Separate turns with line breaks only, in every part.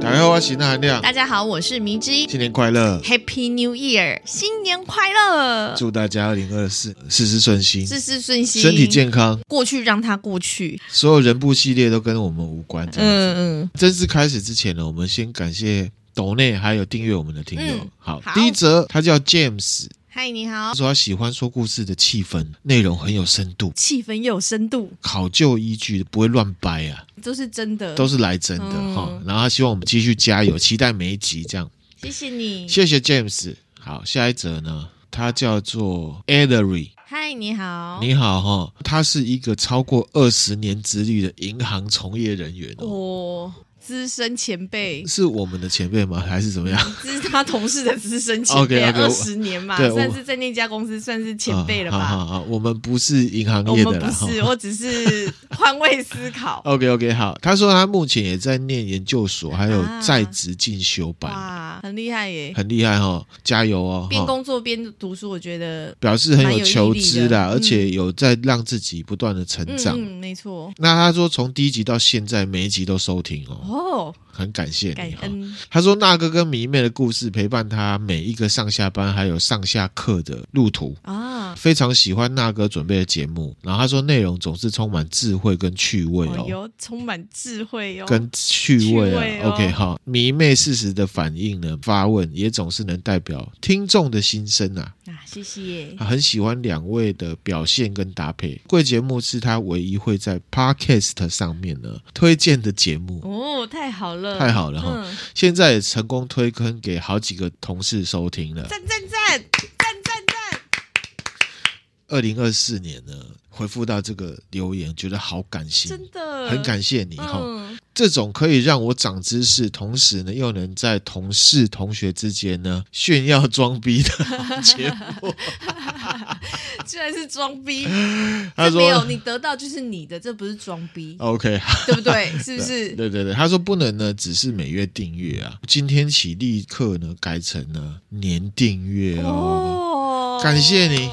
打开花型的含量，
大家好，我是迷之一
新年快乐！
，Happy New Year，新年快乐，
祝大家二零二四事事顺心，
事事顺心，
身体健康。
过去让它过去。
所有人部系列都跟我们无关。这样子
嗯嗯，
正式开始之前呢，我们先感谢抖内还有订阅我们的听友。
嗯
好，
好
第一则他叫 James，
嗨，你好
他，说他喜欢说故事的气氛，内容很有深度，
气氛又有深度，
考究依据，不会乱掰啊，
这是真的，
都是来真的
嗯
哈、然后他希望我们继续加油，期待每一集这样。
谢谢你。
谢谢 James。好，下一则呢，他叫做 Ellery。
嗨，你好，
你好哈、他是一个超过二十年资历的银行从业人员哦，
我资深前辈。
是我们的前辈吗？还是怎么样？
这是他同事的资深前辈，
OK，OK，我
二十年嘛，
对我
算是在那家公司算是前辈了
啊好
吧？
好好，我们不是银行
我
业
们
的
不
啦。哈
是，我只是换位思 考。
OK OK，好。他说他目前也在念研究所，还有
啊
在职进修班，
哇，很厉害耶！
很厉害哈、加油哦！
边
哈
工作边读书，我觉得
表示很
蛮
有
有毅
求
力
知
的
啦，而
嗯
且有在让自己不断的成
嗯
长。
嗯，没错。
那他说从第一集到现在每一集都收听哦，
哦，
很感谢
感
你哈、
恩
他说：“那哥跟迷妹的故事陪伴他每一个上下班，还有上下课的路途，
啊！
非常喜欢那哥准备的节目。然后他说，内容总是充满智慧跟趣味
哦
哦，
哟，充满智慧哦哟、
跟趣味啊。
趣味哦
OK，好，迷妹适时的反应呢，发问也总是能代表听众的心声啊。
啊！谢谢，
很喜欢两位的表现跟搭配，贵节目是他唯一会在 Podcast 上面呢推荐的节目。
哦，太好了，
太好了哈
嗯，
现在也成功推坑给好几个同事收听了。”
赞赞赞赞赞赞，
二零二四年呢，回复到这个留言，觉得好感性，
真的
很感谢你哈、
嗯
这种可以让我长知识，同时呢又能在同事同学之间呢炫耀装逼的好节 目。
居然是装逼，
他
这没有
说
你得到就是你的，这不是装逼，
：“OK，
对不 对？是不是？
对对对，他说不能呢，只是每月订阅啊，今天起立刻呢改成呢年订阅哦。
哦
感谢你，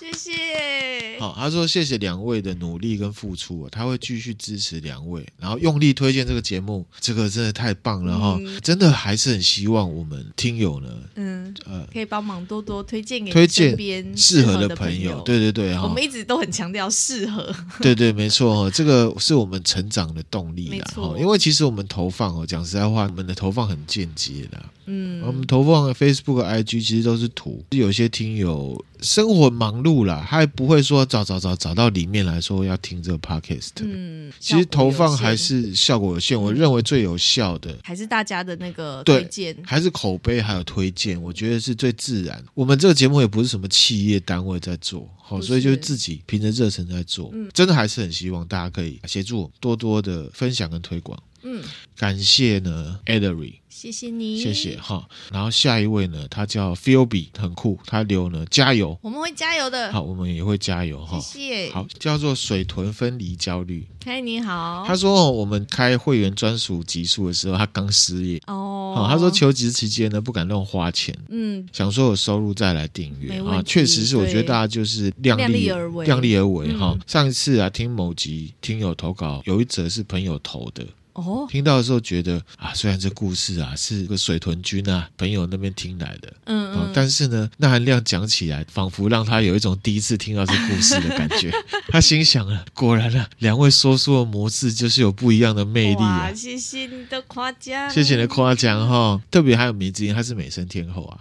谢谢，
好、哦他说谢谢两位的努力跟付出、啊，他会继续支持两位，然后用力推荐这个节目，这个真的太棒了哈、
嗯
真的还是很希望我们听友呢，
嗯，
呃，
可以帮忙多多推荐给
推
你
荐
身边
适合
嗯合
的朋
朋
友，，对对对
我
哈、
们一直都很强调适合，
对对没错哦，这个是我们成长的动力
没
啦
错
哈，因为其实我们投放哦，讲实在话，我们的投放很间接的啊，
嗯，
我们投放的 Facebook、IG 其实都是图，有些听友生活忙碌啦，他也不会说找找找找到里面来说要听这个 Podcast，、
嗯，
其实
效果
投
有
放
限
还是效果有限，我
嗯
认为最有效的
还是大家的那个
对
推荐，
还是口碑还有推荐，我觉得是最自然。我们这个节目也不是什么企业单位在做，好，
不嗯是
所以就是自己凭着热忱在做。真的还是很希望大家可以协助我多多的分享跟推广。
嗯，
感谢呢 e d e r y
谢谢你，
谢谢，哈。然后下一位呢，他叫 Philby，很酷，他留呢加油。
我们会加油的，
好，我们也会加油哈。
呃谢谢，
好，叫做水豚分离焦虑。
嗨，你好
他，说、哦、我们开会员专属集数的时候，他刚失业。
哦
哦，，他说求职期间呢，不敢乱花钱，
嗯，
想说有收入再来订阅
没问
啊。
题
确实是，我
对
觉得大家就是量
量
力
力而为
量力而为
嗯
哈、上一次啊，听某集听友投稿，有一则是朋友投的，
哦，
听到的时候觉得啊，虽然这故事啊是个水豚君啊，朋友那边听来的。啊
嗯嗯，
但是呢，那含量讲起来，仿佛让他有一种第一次听到这故事的感 觉。他心想啊，果然啊，两位说书的模式就是有不一样的魅力啊
哇，。谢谢你的夸奖，
谢谢你的夸奖哈，特别还有迷之音，他是美声天后 啊。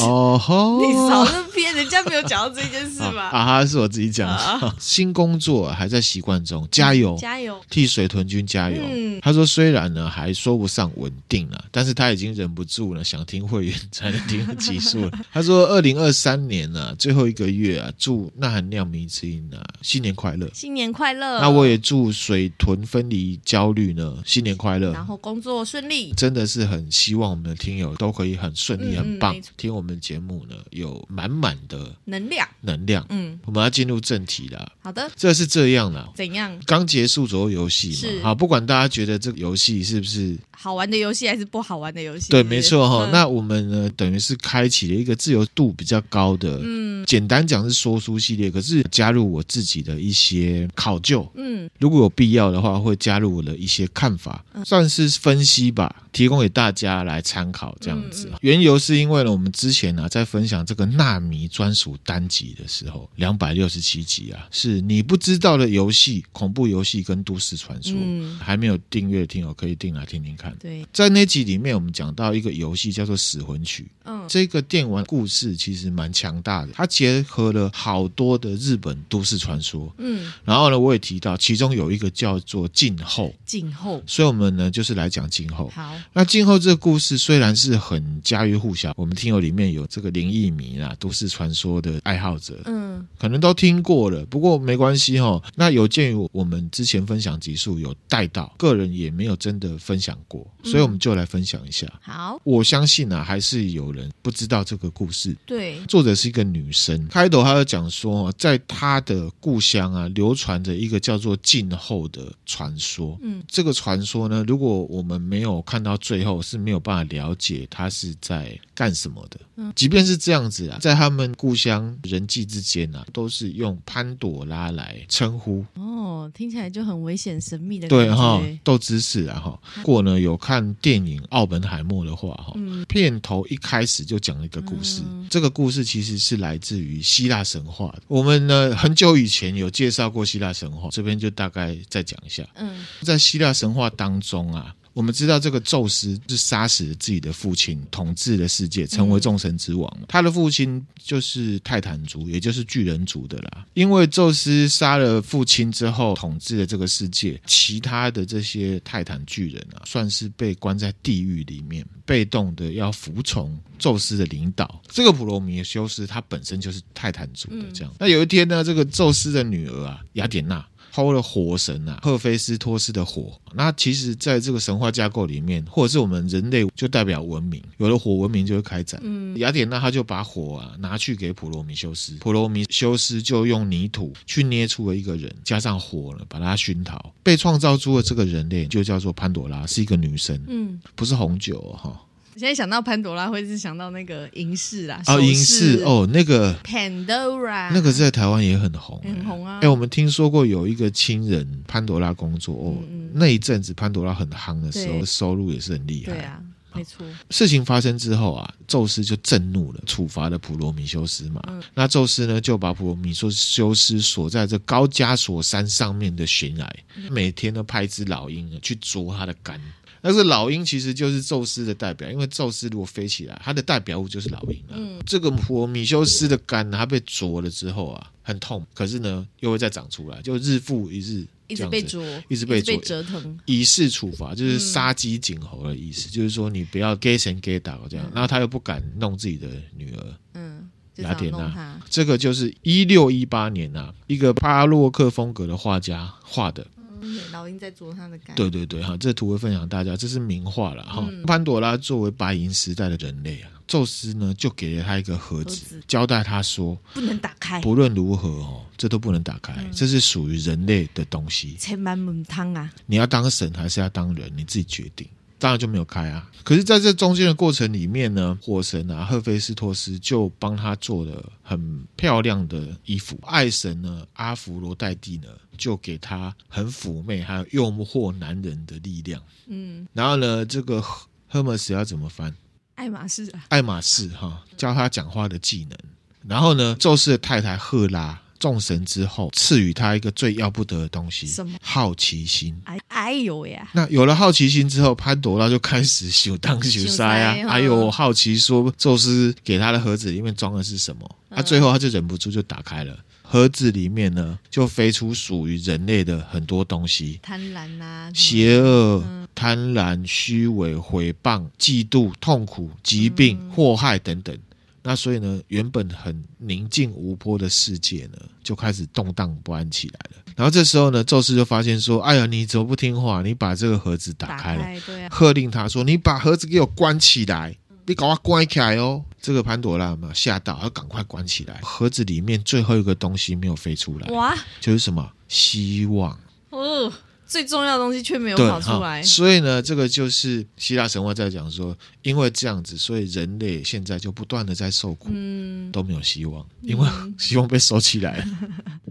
哦吼，
你少那篇，人家没有讲到这件事
啊
吧？
啊哈，是我自己讲的
啊。
新工作还在习惯中，加油！
加油，
替水豚君加油！
嗯
他说，虽然呢还说不上稳定了，但是他已经忍不住了，想听会员才能听的集数 了。他说，二零二三年呢、最后一个月啊，祝那含量迷之音啊新年快乐。
新年快乐，
那我也祝水豚分离焦虑呢新
嗯
年快乐。
然后工作顺利，
真的是很希望我们的听友都可以很顺利、
嗯
很棒
嗯没错，
听天我们节目呢有满满的
能量，
能量。
嗯，
我们要进入正题啦，
好的，
这是这样啦。
怎样？
刚结束左右游戏
是
嘛，好，不管大家觉得这个游戏是不是
好玩的游戏还是不好玩的游戏？
对，
是不是
没错哈、
嗯
那我们呢，等于是开启了一个自由度比较高的，嗯，简单讲是说书系列，可是加入我自己的一些考究，
嗯，
如果有必要的话，会加入我的一些看法，算是分析吧，提供给大家来参考这样
嗯
子。缘由是因为呢，我们之前呢、在分享这个纳米专属单集的时候，两百六十七集啊，是你不知道的游戏、恐怖游戏跟都市传说，
嗯
还没有订阅的听友可以订来听听看。
对，
在那集里面，我们讲到一个游戏叫做《死魂曲》，
嗯，
这个电玩故事其实蛮强大的，它结合了好多的日本都市传说。
嗯，
然后呢，我也提到其中有一个叫做静候，
静候，
所以我们呢就是来讲静候。
好，
那静候这个故事虽然是很家喻户晓，我们听友里面有这个灵异迷啊、都市传说的爱好者，
嗯，
可能都听过了，不过没关系哈、那有鉴于我们之前分享集数有带到，个人也没有真的分享过，
嗯
所以我们就来分享一下。
好，
我相信啊，还是有人不知道这个故事。
对，
作者是一个女生，开头她就讲说哦，在她的故乡啊，流传着一个叫做静候的传说。
嗯，
这个传说呢，如果我们没有看到最后，是没有办法了解它是在干什么的。嗯，即便是这样子啊，在他们故乡人际之间啊，都是用潘朵拉来称呼。
哦，听起来就很危险神秘的感
对
觉，
哈，斗知识啊哈。如果呢有看电影《奥本海默》的话哈，
嗯
片头一开始就讲了一个故事，
嗯
这个故事其实是来自于希腊神话。我们呢很久以前有介绍过希腊神话，这边就大概再讲一下。
嗯，
在希腊神话当中啊，我们知道这个宙斯是杀死了自己的父亲，统治了世界，成为众神之王。他的父亲就是泰坦族，也就是巨人族的啦。因为宙斯杀了父亲之后，统治了这个世界，其他的这些泰坦巨人啊，算是被关在地狱里面，被动的要服从宙斯的领导。这个普罗米修斯他本身就是泰坦族的这样。那有一天呢，这个宙斯的女儿啊，雅典娜。偷了火神啊，赫菲斯托斯的火。那其实，在这个神话架构里面，或者是我们人类就代表文明，有了火，文明就会开展。嗯，雅典娜她就把火啊拿去给普罗米修斯，普罗米修斯就用泥土去捏出了一个人，加上火呢，把它熏陶，被创造出了这个人类就叫做潘朵拉，是一个女生，
嗯，
不是红酒哦哈、
现在想到潘朵拉会是想到那个银饰啦，
哦，
首
银饰哦，那个。
，Pandora
那个在台湾也很红、
很红啊
哎、我们听说过有一个亲人潘朵拉工作哦，那一阵子潘朵拉很夯的时候，
嗯对
收入也是很厉害。
对啊，
哎
没错，
事情发生之后啊，宙斯就震怒了，处罚了普罗米修斯嘛。那宙斯呢，就把普罗米修斯锁在这高加索山上面的悬崖，每天都派一只老鹰呢去啄他的肝。但是老鹰其实就是宙斯的代表，因为宙斯如果飞起来，他的代表物就是老鹰啊。这个普罗米修斯的肝呢，它被啄了之后啊，很痛，可是呢又会再长出来，就日复一日，
一
这
直
样
被
子
啄，
一直被啄
折腾，
以示处罚，就是杀鸡儆猴的意思，就是说你不要 gay 神 gay 打这样。然后他又不敢弄自己的女儿，
嗯，就
雅
想
典娜
弄他，
这个就是一六一八年啊，一个巴洛克风格的画家画的。
哦老鹰在啄他的肝，
对对对，哈，这图会分享大家，这是名画了哈。潘朵拉作为白银时代的人类啊，宙斯呢就给了他一个盒
盒
子
子，哎
交代他说，
不能打开，
不论如何哦，这都不能打开，这是属于人类的东西。
千万母汤啊，
你要当神还是要当人，你自己决定。当然就没有开啊。可是，在这中间的过程里面呢，火神啊，赫菲斯托斯就帮他做了很漂亮的衣服。爱神呢，阿芙罗黛蒂呢，就给他很妩媚还有诱惑男人的力量。
嗯，
然后呢，这个赫赫墨斯要怎么翻？
爱马仕啊，
爱马仕哈，教他讲话的技能。然后呢，宙斯的太太赫拉，众神之后，赐予他一个最要不得的东西
什
——
么
好奇心。
哎哎呦喂啊，
那有了好奇心之后，潘朵拉就开始修当修塞 啊
想塞，哦
还有好奇说宙斯给他的盒子里面装的是什么？
嗯
那、最后他就忍不住就打开了盒子，里面呢就飞出属于人类的很多东西：
贪婪啊，什么
邪恶、贪婪、虚伪、毁谤、嫉妒、痛苦、疾病、祸害等等。那所以呢，原本很宁静无波的世界呢，就开始动荡不安起来了。然后这时候呢，宙斯就发现说：“哎呀，你怎么不听话？你把这个盒子打
打
开了。”
对啊，
喝令他说：“你把盒子给我关起来，你给我关起来哦！”这个潘朵拉嘛吓到，她赶快关起来。盒子里面最后一个东西没有飞出来，
哇
就是什么希望。
哦，最重要的东西却没有
对
跑出来
哈，所以呢，这个就是希腊神话在讲说，因为这样子，所以人类现在就不断的在受苦，
嗯，
都没有希望，因为
嗯
希望被收起来了。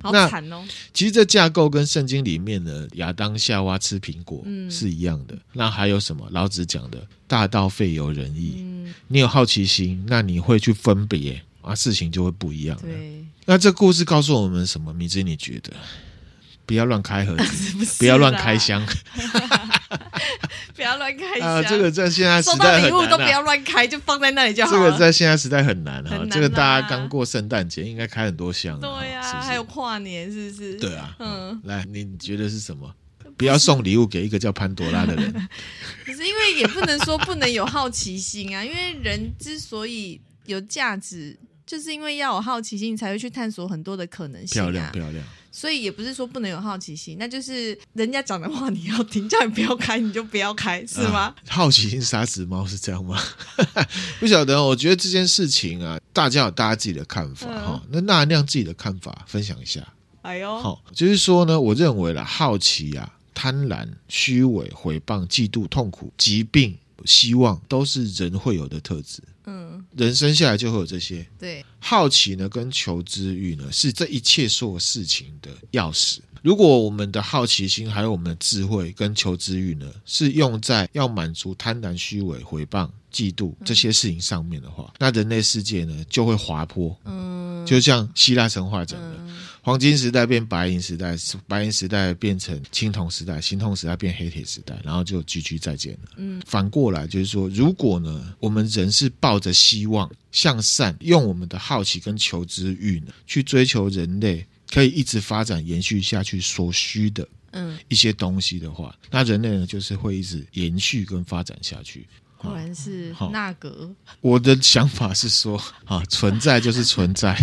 好
那
惨哦，
其实这架构跟圣经里面的亚当夏娃吃苹果
嗯
是一样的。那还有什么？老子讲的“大道废有仁义”，
嗯，
你有好奇心，那你会去分别啊，事情就会不一样了。
对，
那这故事告诉我们什么？米芝，你觉得？不要乱开盒子，
是嗯不是
不要乱
啦
开，箱
不要乱开
啊！
箱，
这个在现在时
收到
代
礼
很
物都不
难、
要
啊。
乱开，就放在那里就 好
这
了。
个在现在时代很难哈、
很难啦
这个大家刚过圣诞节，应该开很多箱啊
对呀、
是不是
还有跨年是不是？
对啊，嗯
嗯，
来，你觉得是什么？不要送礼物给一个叫潘多拉的
啊
人，
可是因为也不能说不能有好奇心啊，因为人之所以有价值，就是因为要有好奇心才会去探索很多的可能性
漂亮
啊。
漂亮。
所以也不是说不能有好奇心，那就是人家讲的话你要听，叫你不要开你就不要开，是吗
啊？好奇心杀死猫是这样吗？ 不晓得哦，我觉得这件事情啊，大家有大家自己的看法
嗯
哈、那娜亮自己的看法分享一下。
哎呦，
好、就是说呢，我认为啦，好奇啊、贪婪、虚伪、毁谤、嫉妒、痛苦、疾病、希望，都是人会有的特质。
嗯，
人生下来就会有这些。
对，
好奇呢，跟求知欲呢，是这一切所有事情的钥匙。如果我们的好奇心，还有我们的智慧跟求知欲呢，是用在要满足贪婪、虚伪、毁谤、嫉妒这些事情上面的话，那人类世界呢就会滑坡。
嗯，
就像希腊神话讲的，
嗯
黄金时代变白银时代，白银时代变成青铜时代，青铜时代变黑铁时代，然后就句句再见了。
嗯，
反过来就是说，如果呢，我们人是抱着希望向善，用我们的好奇跟求知欲呢，去追求人类可以一直发展延续下去所需的
嗯，
一些东西的话，那人类呢就是会一直延续跟发展下去。
果然是
好
那个，
我的想法是说，啊，存在就是存 在，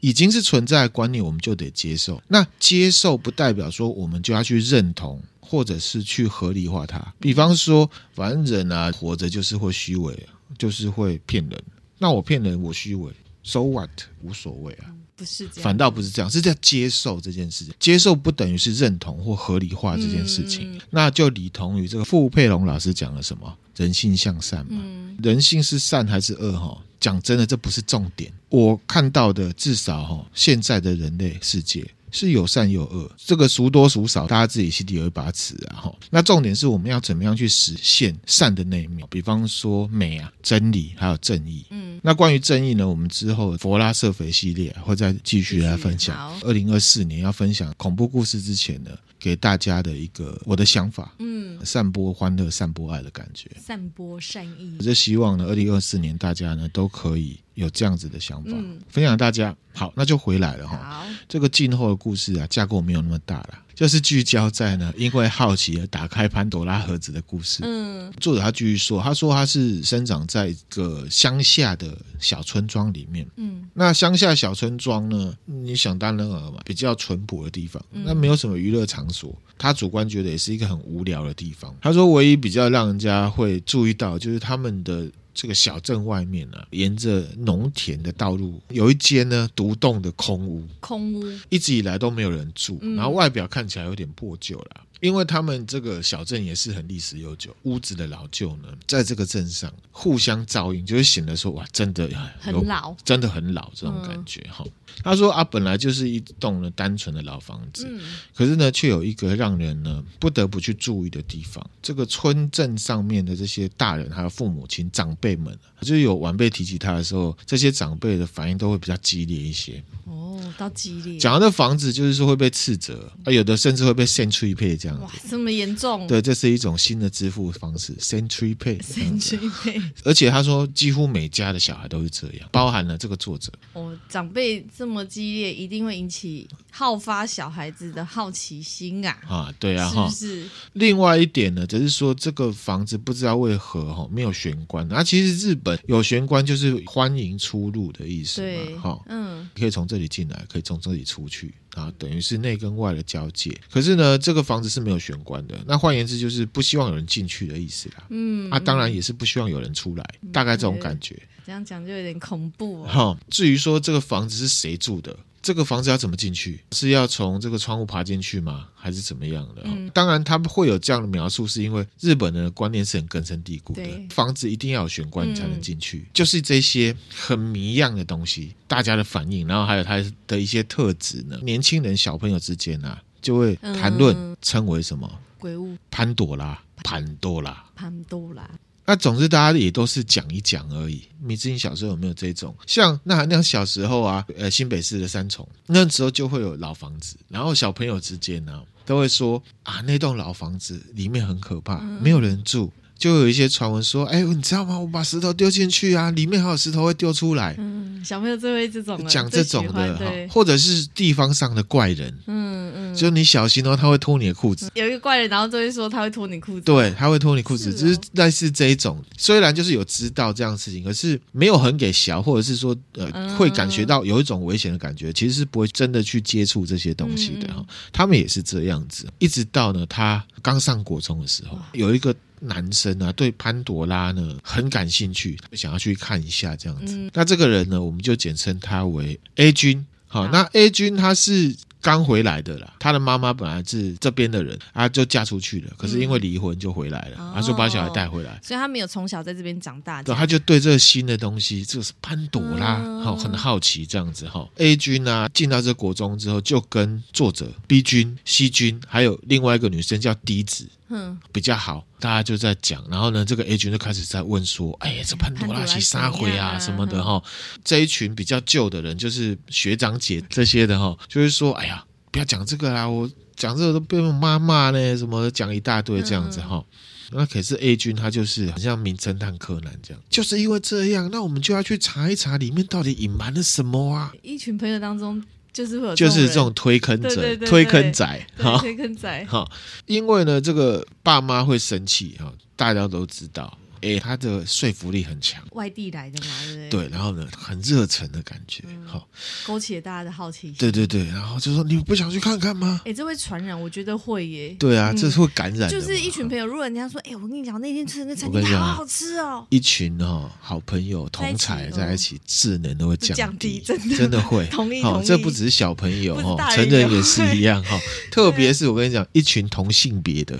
已经是存在的观念，我们就得接受。那接受不代表说我们就要去认同，或者是去合理化它。比方说，反正人啊，活着就是会虚伪，就是会骗人。那我骗人，我虚伪，so what，无所谓啊。
不是嗯这样，
反倒不是这样，是在接受这件事情。接受不等于是认同或合理化这件事情，
嗯
那就等同于这个傅佩龙老师讲了什么人性向善嘛。
嗯
人性是善还是恶？哈，讲真的，这不是重点。我看到的，至少哈，现在的人类世界是有善有恶，这个孰多孰少，大家自己心里有一把尺啊。哈，那重点是我们要怎么样去实现善的那一面，比方说美啊、真理还有正义。
嗯，
那关于正义呢，我们之后佛拉瑟菲系列会再继续来分享。
好
二零二四年要分享恐怖故事之前呢，给大家的一个我的想法，
嗯，
散播欢乐、散播爱的感觉。
散播善意
我，就希望呢，二零二四年大家呢都可以有这样子的想法，
嗯
分享大家。好，那就回来了哈。
好，
这个静候的故事啊，架构没有那么大啦，就是聚焦在呢，因为好奇而打开潘朵拉盒子的故事。
嗯
作者他继续说，他说他是生长在一个乡下的小村庄里面。
嗯
那乡下小村庄呢，你想当然尔嘛，比较淳朴的地方，
嗯
那没有什么娱乐场所。他主观觉得也是一个很无聊的地方。他说，唯一比较让人家会注意到，就是他们的这个小镇外面啊，沿着农田的道路，有一间呢独栋的空屋，
空屋，
一直以来都没有人住，
嗯
然后外表看起来有点破旧啦。因为他们这个小镇也是很历史悠久，屋子的老旧呢，在这个镇上互相照应，就会显得说哇，真的哎
很
有
老
真的很老这种
嗯
感觉哈、他说啊，本来就是一栋呢单纯的老房子，
嗯
可是呢，却有一个让人呢不得不去注意的地方。这个村镇上面的这些大人还有父母亲长辈们，就是有晚辈提起他的时候，这些长辈的反应都会比较激烈一些。
哦，到激烈，
讲到这房子，就是说会被斥责，啊，有的甚至会被 century pay 这样
嗯哇
子。，
这么严重，
对，这是一种新的支付方式，century pay。
三岁倍，
而且他说，几乎每家的小孩都是这样，包含了这个作者。
哦，长辈这么激烈，一定会引起好发小孩子的好奇心啊，
啊，对啊，
是
哈
不。是？
另外一点呢，只是说这个房子不知道为何哈没有啊玄关。那、其实日本有玄关就是欢迎出入的意思
对
嘛，哈，。
嗯，嗯
可以从这里进来，可以从这里出去啊，等于是内跟外的交界。可是呢，这个房子是没有玄关的，那换言之就是不希望有人进去的意思啦。
嗯
啊，当然也是不希望有人出来，大概这种感觉。
这样讲就有点恐怖哦。
好、至于说这个房子是谁住的，这个房子要怎么进去，是要从这个窗户爬进去吗？还是怎么样的？
嗯
当然，他们会有这样的描述，是因为日本人的观念是很根深蒂固的
对，嗯
房子一定要有玄关你才能进去，就是这些很迷样的东西，大家的反应，然后还有他的一些特质呢，年轻人、小朋友之间啊，就会谈论
嗯
称为什么
鬼屋
潘朵拉、潘多拉。
潘多拉，
那总之，大家也都是讲一讲而已。米之英小时候有没有这种？像那那小时候啊，呃，新北市的三重那时候就会有老房子，然后小朋友之间呢、都会说啊，那栋老房子里面很可怕，
嗯
没有人住。就有一些传闻说，哎、你知道吗？我把石头丢进去啊，里面还有石头会丢出来，
嗯，小朋友最会这种了
讲
最
这
喜
种
欢
的哈
对，，
或者是地方上的怪人，
嗯嗯，
就你小心哦，他会脱你的裤子。
有一个怪人，然后就会说他会脱你裤子，
对，他会脱你裤子，
是哦
就是类似这一种。虽然就是有知道这样的事情，可是没有很给小，或者是说呃、
嗯
会感觉到有一种危险的感觉，其实是不会真的去接触这些东西的
嗯
哈、他们也是这样子，一直到呢他刚上国中的时候，有一个。男生啊，对潘朵拉呢很感兴趣，想要去看一下这样子。
嗯
那这个人呢，我们就简称他为 A 君。好，
好
那 A 君他是刚回来的啦，他的妈妈本来是这边的人，啊，就嫁出去了，可是因为离婚就回来了，
哦
他说把小孩带回来。
所以他没有从小在这边长大，
对，他就对这个新的东西，这个是潘朵拉，
嗯
好、很好奇这样子哈、A 君呢、进到这国中之后，就跟作者 B 君、C 君，还有另外一个女生叫 D 子
嗯，
比较好，大家就在讲。然后呢，这个 A 君就开始在问说：“哎呀，这潘朵拉是杀回啊
嗯潘朵拉是
什么的哈、这一群比较旧的人，就是学长姐这些的哈、就是说：“哎呀，不要讲这个啦，我讲这个都被我妈骂呢，什么的讲一大堆这样子
嗯
哈、那可是 A 君他就是很像名侦探柯南这样，就是因为这样，那我们就要去查一查里面到底隐瞒了什么啊！
一群朋友当中就是会有
就是这
这
种推坑者、
对对对
推坑仔
人对推坑仔，
哈，因为呢，这个爸妈会生气哈，大家都知道。诶，他的说服力很强，
外地来的嘛，对不对？
对，然后呢，很热忱的感觉，
嗯
好、
勾起了大家的好奇心。
对对对，然后就说你不想去看看吗？
哎，这会传染，我觉得会耶。
对啊，
嗯
这是会感染的嘛，
就是一群朋友，如果人家说，哎，我跟你讲，那天吃的那餐
我跟
厅
你讲啊
好好吃哦，
一群哦好朋友同才在
在
一
一哦
起，智能都会降
降低
真
真
的
的
会。
同意
哦
同，意
这不只是小朋友
不止
哦，
大人
成人
也啊
也是一样哈。特别 是我跟你讲，一群同性别的，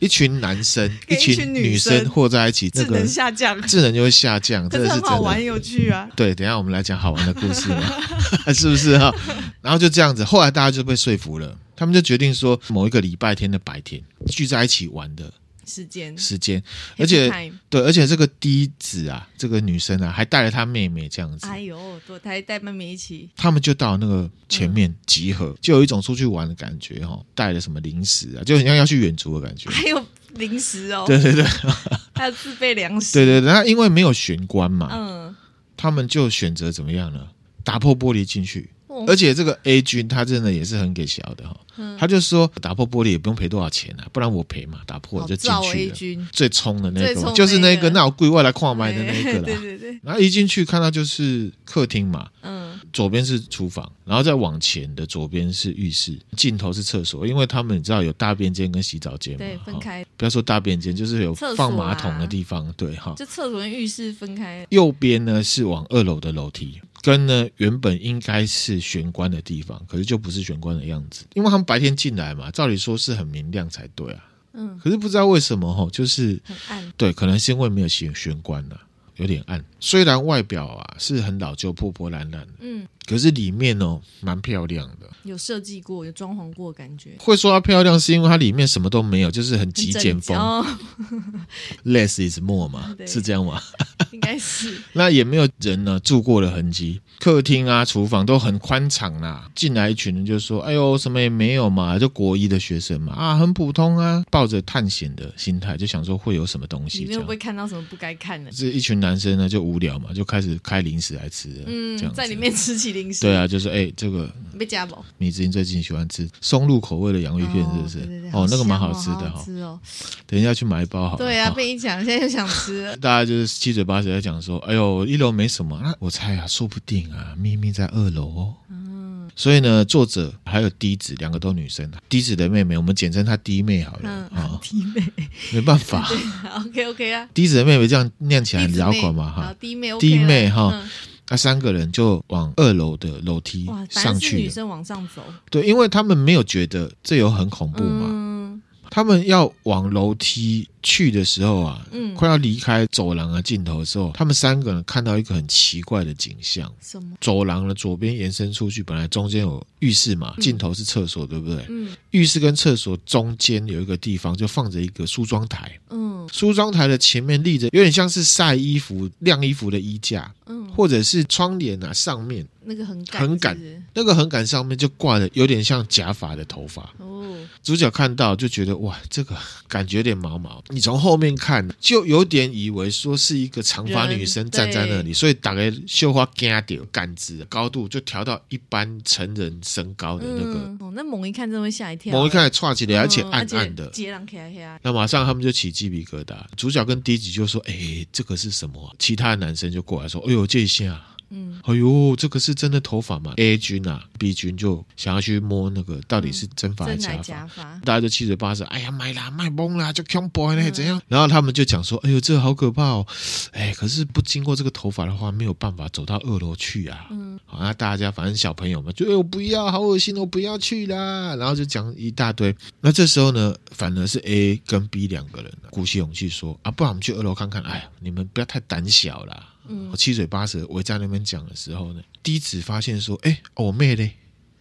一群男生，
跟一群
群
女生
生和在一起，那
智
个
能 下降，
智能就会下降，这
可
个是
是很
真
好
的
玩。有趣啊。
对，等一下我们来讲好玩的故事嘛， 是不是哈？然后就这样子，后来大家就被说服了，他们就决定说，某一个礼拜天的白天聚在一起玩的
时间，
时间，而且
Happy time
对，而且这个低子啊，这个女生啊，还带了她妹妹这样子，
哎呦，多带带妹妹 一起，
他们就到那个前面集合，
嗯
就有一种出去玩的感觉哦，带了什么零食啊，就很
哎
像要去远足的感觉。
还有零食哦，
对对对
还有自备粮食。
对对，对那因为没有玄关嘛，
嗯，
他们就选择怎么样呢？打破玻璃进去，
哦
而且这个 A 君他真的也是很给小的哈、
嗯
他就说打破玻璃也不用赔多少钱啊，不然我赔嘛，打破我
好
就进
造
去
A
了。
君，
最冲的那
最
个
冲
嘛，
的
就是那
那
个
个
那我跪外来矿买的那个
对
啦。
对对，
然后一进去看到就是客厅嘛，
嗯，
左边是厨房，然后再往前的左边是浴室，尽头是厕所，因为他们你知道有大便间跟洗澡间嘛，
对，分
哈
开，
不要说大便间，就是有
厕所啊
放马桶的地方，对哈。
就厕所跟浴室分开，
右边呢是往二楼的楼梯，跟呢原本应该是玄关的地方，可是就不是玄关的样子，因为他们白天进来嘛，照理说是很明亮才对啊，
嗯，
可是不知道为什么哈，就是
很暗，
对，可能是因为没有玄玄关了、有点暗。虽然外表啊是很老旧、破破烂烂的，
嗯，
可是里面哦蛮漂亮的。
有设计过，有装潢过，感觉
会说它漂亮，是因为它里面什么都没有，就是很
很
极
整
简
洁
风
哦，
，less is more 嘛，
对
是这样吗？
应 该是，
那也没有人呢住过的痕迹，客厅啊、厨房都很宽敞啦、进来一群人就说：“哎呦，什么也没有嘛，就国一的学生嘛，啊，很普通啊。”抱着探险的心态，就想说会有什么东
里
西这
面会
样
不。会看到什么不该看的？
这一群男生呢就无聊嘛，就开始开零食来吃了，这样
嗯，
子
在里。面吃起零食，
对，啊，就说哎、这个
被夹饱，
米之音最近喜欢吃松露口味的洋芋片，是不是？
哦对对对
那个蛮
好
吃
香哦
的
好
哈、
好吃哦，
等一下去买一包好了。
对啊，
哈 ，
被你讲，现在就想吃了
大家就是七嘴八舌始在讲说，哎呦，一楼没什么，那我猜啊，说不定啊，秘密在二楼哦。
嗯
所以呢，作者还有滴子，两个都女生。滴子的妹妹，我们简称她滴妹好了啊、
嗯，弟妹
没办 法，
，OK OK 啊，
滴子的妹妹这样念起来
弟
很
姊
摇
妹
滚嘛
好
哈。
弟妹 OK
弟
了
妹哈
嗯
那三个人就往二楼的楼梯
哇，
上
反正是
去
女
了。
生往上走，
对，因为他们没有觉得这有很恐怖嘛，
嗯
他们要往楼梯去的时候啊，
嗯
快要离开走廊的尽头的时候，他们三个人看到一个很奇怪的景象。
什么？
走廊的左边延伸出去，本来中间有浴室嘛，
嗯
尽头是厕所，对不对？
嗯
浴室跟厕所中间有一个地方，就放着一个梳妆台。
嗯
梳妆台的前面立着有点像是晒衣服、晾衣服的衣架，
嗯，
或者是窗帘啊上面
那个很赶
很
很
赶那个横杆上面就挂着有点像假发的头发。
哦，
主角看到就觉得哇，这个感觉有点毛毛。你从后面看就有点以为说是一个长发
人
女生站在那里，所以打开绣花杆掉杆子的高度就调到一般成人身高的那个。
嗯，哦，那猛一看真的会吓一跳，
猛一看串起来，
嗯，
而且暗暗的。
接壤起来起来，
那马上他们就起鸡皮疙瘩。主角跟迪吉就说：“哎、这个是什么啊、其他男生就过来说：“哎呦，这一下，
嗯
哎呦，这个是真的头发吗？”A 君啊，B 君就想要去摸那个到底是嗯真发还
真
是
来
假发。
假发，
大家就七嘴八舌，哎呀，买啦，卖懵啦，就 c boy 呢，
嗯
怎样？然后他们就讲说，哎呦，这个好可怕哦，哎，可是不经过这个头发的话，没有办法走到二楼去啊。
嗯
好，那大家反正小朋友嘛，就哎我不要，好恶心哦，我不要去啦。然后就讲一大堆。那这时候呢，反而是 A 跟 B 两个人鼓起勇气说啊，不然我们去二楼看看。哎呀，你们不要太胆小啦。
嗯
我七嘴八舌围在那边讲的时候呢，低子发现说，哎，我妹嘞，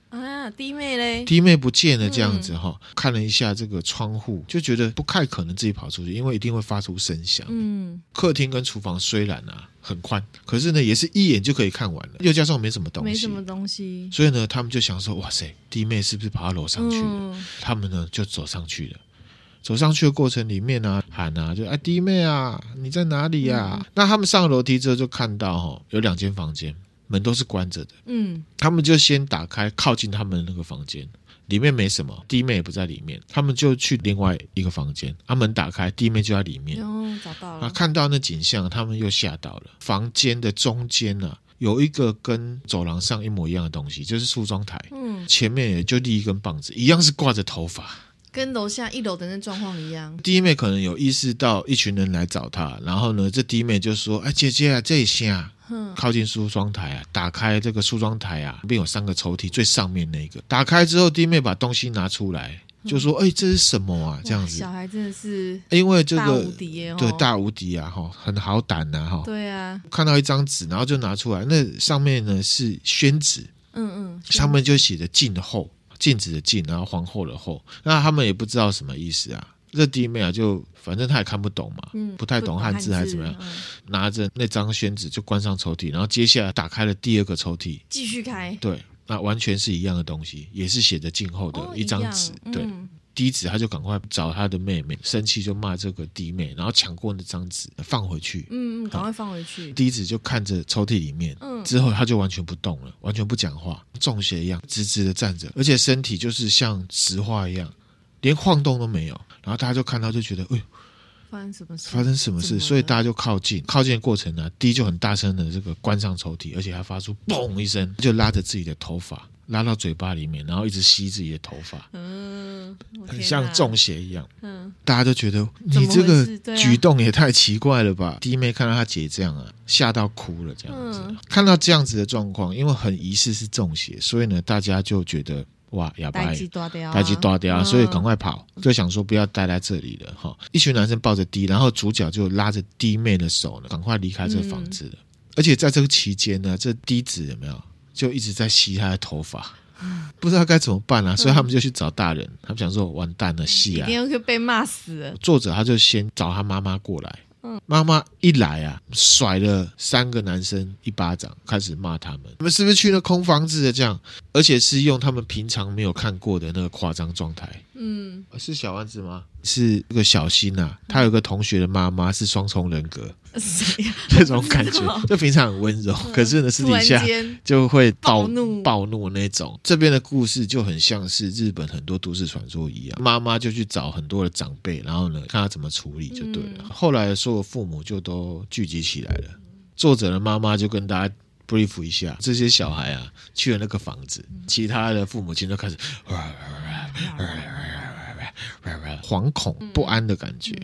啊，弟妹嘞，
弟妹不见了，这样
嗯
子哈、看了一下这个窗户，就觉得不太可能自己跑出去，因为一定会发出声响。
嗯
客厅跟厨房虽然啊很宽，可是呢也是一眼就可以看完了，又加上没什么东
没
西
什，么东西，
所以呢他们就想说，哇塞，弟妹是不是爬到楼上去了？
嗯
他们呢就走上去了。走上去的过程里面呢、喊啊，就啊弟妹啊，你在哪里呀、
嗯
啊？那他们上楼梯之后就看到哈、有两间房间门都是关着的，
嗯
他们就先打开靠近他们的那个房间，里面没什么，弟妹也不在里面，他们就去另外一个房间，啊门打开，弟妹就在里面
然，后找到
啊
了，
看到那景象，他们又吓到了。房间的中间啊，有一个跟走廊上一模一样的东西，就是梳妆台，
嗯，
前面也就立一根棒子，一样是挂着头发。
跟楼下一楼的那状况一样，
弟妹可能有意识到一群人来找她，然后呢，这弟妹就说：“哎，姐姐啊，这一下
哼，
靠近梳妆台啊，打开这个梳妆台啊，里面有三个抽屉，最上面那个打开之后，弟妹把东西拿出来，就说：“哎、这是什么啊？”这样
嗯哇
子哎
小，孩真的是
因为这
大
个
无敌耶，哦
对大无敌啊，哈，很好胆呐、啊，哈。
对啊，
看到一张纸，然后就拿出来，那上面呢是宣纸，
嗯嗯，
上面就写着“静后”，禁止的禁，然后皇后的后。那他们也不知道什么意思啊。这弟妹啊，就反正她也看不懂嘛，
嗯
不太懂汉字还是怎么样，，
嗯
拿着那张宣纸就关上抽屉，然后接下来打开了第二个抽屉，
继续开。
对，那完全是一样的东西，也是写着“静后”
哦
的张
样
纸，
嗯
对。低子他就赶快找他的妹妹，生气就骂这个弟妹，然后抢过那张纸放回去。
嗯嗯，赶快放回去。
低子就看着抽屉里面，
嗯
之后他就完全不动了，完全不讲话，中邪一样直直的站着，而且身体就是像石化一样，连晃动都没有。然后大家就看到就觉得，哎呦，
发生什么事？
发生什么
怎
事？
么了
所以大家就靠近，靠近的过程呢，低就很大声的这个关上抽屉，而且还发出嘣一声，就拉着自己的头发拉到嘴巴里面，然后一直吸自己的头发，
嗯，我
很
天
像
哪
中。邪一样。
嗯，
大家都觉得
怎
你
么
这
回
个
事对啊
举动也太奇怪了吧！弟妹看到她姐这样啊，吓到哭了，这样子、啊
嗯
看到这样子的状况，因为很疑似是中邪，所以呢，大家就觉得哇，哑巴
呆
耶
鸡多掉，
大鸡大掉啊，
嗯
所以赶快跑，就想说不要待在这里了哈。一群男生抱着 D，然后主角就拉着 D 妹的手呢，赶快离开这个房子了。
嗯
而且在这个期间呢，这 D 子有没有就一直在吸她的头发，不知道该怎么办啊，所以他们就去找大人，他们想说完蛋了，戏
嗯一
啊
定，要被骂死了。
作者他就先找他妈妈过来
嗯。
妈妈一来啊，甩了三个男生一巴掌，开始骂他们：“你们是不是去那空房子的？”这样，而且是用他们平常没有看过的那个夸张状态，
嗯，
呃是小丸子吗？是这个小新啊，他有个同学的妈妈是双重人格，
谁呀？
这种感
我不知道
觉，就平常很温柔， 可是呢私
哦 突
底
然
下
间，
就会暴
暴怒
暴怒那种。这边的故事就很像是日本很多都市传说一样，妈妈就去找很多的长辈，然后呢看他怎么处理就对了。
嗯
后来所有父母就都聚集起来了，作者的妈妈就跟大家。brief 一下，这些小孩啊去了那个房子，
嗯
其他的父母亲都开始惶恐
嗯
不安的感觉。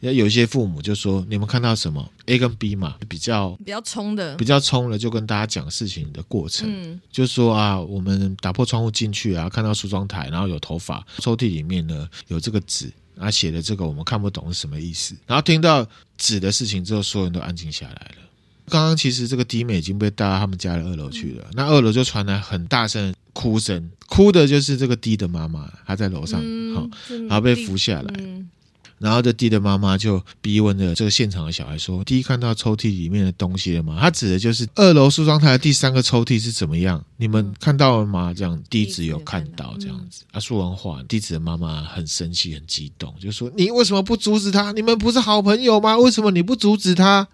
也有一些父母就说：“你们看到什么？A 跟 B 嘛，比较
比较冲的
比，较冲了，就跟大家讲事情的过程。
嗯
就说啊，我们打破窗户进去啊，看到梳妆台，然后有头发，抽屉里面呢有这个纸，然后写的这个我们看不懂是什么意思。然后听到纸的事情之后，所有人都安静下来了。刚刚其实这个弟妹已经被带到他们家的二楼去了，
嗯
那二楼就传来很大声的哭声，哭的就是这个 D 的妈妈，她在楼上，好、
嗯，真
然
的
后被
地
扶下来，
嗯
然后这 D 的妈妈就逼问了这个现场的小孩说：“第一看到抽屉里面的东西了吗？”他指的就是二楼梳妆台的第三个抽屉是怎么样？你们看到了吗？这样 D 子有看到
嗯
这样子。啊，说完话，D 子的妈妈很生气、很激动，就说：“你为什么不阻止他？你们不是好朋友吗？为什么你不阻止他？”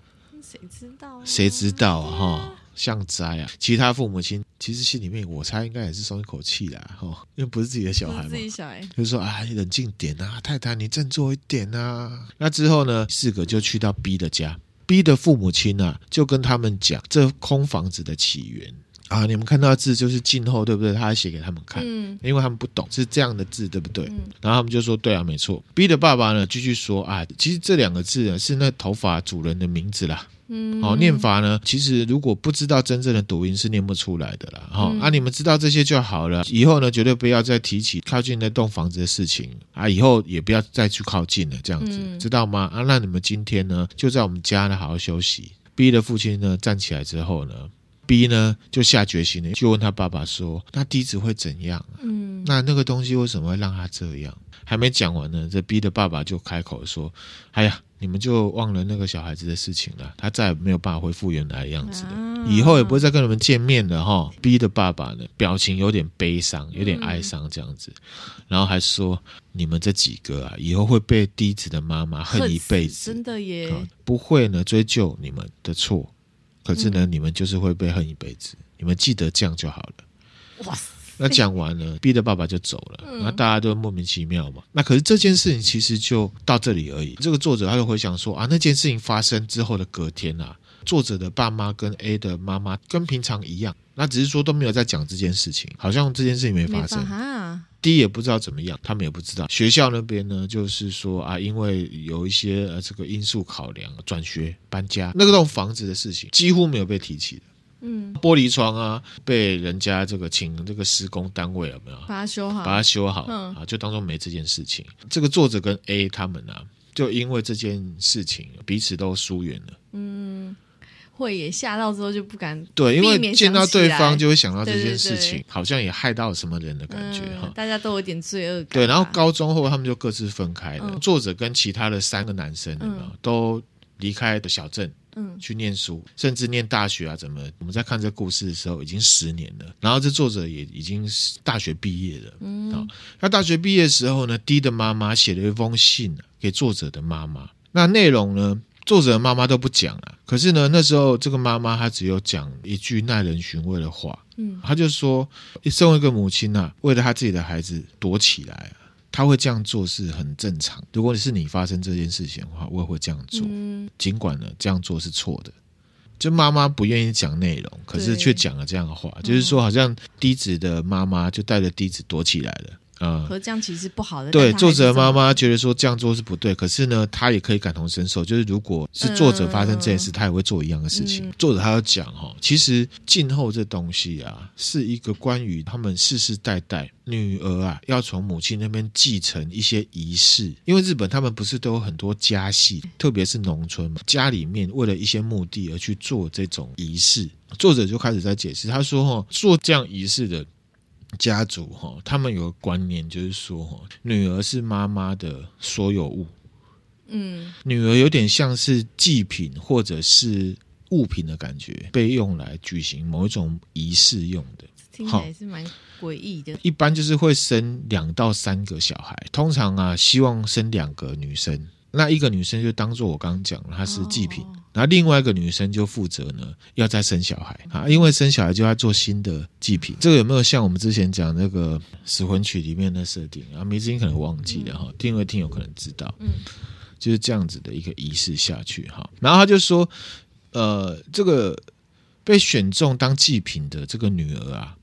谁知道啊？
谁知道啊哈、
嗯
像灾啊！其他父母亲其实心里面，我猜应该也是松一口气啦，哈、因为不是自己的小
不
孩
是
嘛，
自己小孩，
就说啊，你冷静点啊，太太，你振作一点啊。那之后呢，四个就去到 B 的家，B 的父母亲啊，就跟他们讲这空房子的起源啊。你们看到字就是静候，对不对？他还写给他们看。
嗯
因为他们不懂是这样的字，对不对？
嗯
然后他们就说：“对啊，没错。”B 的爸爸呢，继续说：“啊，其实这两个字呢啊是那头发主人的名字啦。
嗯，
哦，念法呢，其实如果不知道真正的读音是念不出来的啦。哈、
嗯
啊，你们知道这些就好了，以后呢绝对不要再提起靠近那栋房子的事情啊，以后也不要再去靠近了，这样子、
嗯
知道吗？啊，那你们今天呢就在我们家呢好好休息。B 的父亲呢站起来之后呢，B 呢就下决心了，就问他爸爸说：“那低子会怎样？”啊
嗯，
那那个东西为什么会让他这样？还没讲完呢，这 B 的爸爸就开口说：“哎呀，你们就忘了那个小孩子的事情了，他再也没有办法恢复原来的样子了，
啊
以后也不会再跟你们见面了哈。”B 的爸爸呢，表情有点悲伤，有点哀伤这样子，然后还说：“你们这几个啊，以后会被低子的妈妈恨一辈
啊死
子
真，的耶，
啊不会呢追究你们的错，可是呢，你们就是会被恨一辈子，你们记得这样就好了。”
哇塞，
那讲完了，B 的爸爸就走了，
嗯
那、大家都莫名其妙嘛。那可是这件事情其实就到这里而已。这个作者他就回想说啊，那件事情发生之后的隔天啊，作者的爸妈跟 A 的妈妈跟平常一样，那只是说都没有在讲这件事情，好像这件事情没
没啊
发生。
哈，
D 也不知道怎么样，他们也不知道。学校那边呢，就是说啊，因为有一些呃这个因素考量，转学、搬家，那个栋房子的事情几乎没有被提起的。
嗯，
玻璃窗啊，被人家这个请这个施工单位有没有？
把它修好，
把它修好、
啊嗯
啊，就当做没这件事情。这个作者跟 A 他们啊，就因为这件事情彼此都疏远了。
嗯，会也吓到之后就不敢
对，因
避免
为见到
想起
对
来
方就会想到这
对
件
对
事情，
对
好像也害到什么人的感觉哈。
嗯大家都有点罪恶感啊吧。
对，然后高中后他们就各自分开了。
嗯
作者跟其他的三个男生有没有
嗯
都离开的小镇
嗯
去念书，甚至念大学啊？怎么？我们在看这故事的时候，已经十年了。然后这作者也已经是大学毕业了。
嗯
那大学毕业的时候呢，D 的妈妈写了一封信啊给作者的妈妈。那内容呢，作者的妈妈都不讲了、可是呢，那时候这个妈妈她只有讲一句耐人寻味的话，
嗯
她就说：“身为一个母亲啊，为了她自己的孩子躲起来啊，她会这样做是很正常。如果是你发生这件事情的话，我也会这样做。
嗯，
尽管呢这样做是错的。就妈妈不愿意讲内容，可是
对
却讲了这样的话，就是说好像低子的妈妈就带着低子躲起来了。呃，
和这样其实不好的。
对，
但他还
作
是
者
这么
妈妈觉得说这样做是不对，可是呢，她也可以感同身受，就是如果是作者发生这件事，她也会做一样的事情。
嗯
作者他要讲哈，其实静候这东西啊，是一个关于他们世世代代女儿啊要从母亲那边继承一些仪式，因为日本他们不是都有很多家系，特别是农村嘛，家里面为了一些目的而去做这种仪式。作者就开始在解释，他说哈，做这样仪式的家族哈，他们有个观念，就是说哈，女儿是妈妈的所有物，
嗯
女儿有点像是祭品或者是物品的感觉，被用来举行某一种仪式用的。
听起来也是蛮诡异的。
一般就是会生两到三个小孩，通常啊，希望生两个女生。那一个女生就当做我刚刚讲了，她是祭品，
哦
然后另外一个女生就负责呢要再生小孩啊，因为生小孩就要做新的祭品。这个有没有像我们之前讲那个《死魂曲》里面的设定啊？迷之音可能忘记了哈，听了听有可能知道，
嗯，
就是这样子的一个仪式下去哈。然后他就说，呃，这个被选中当祭品的这个女儿啊，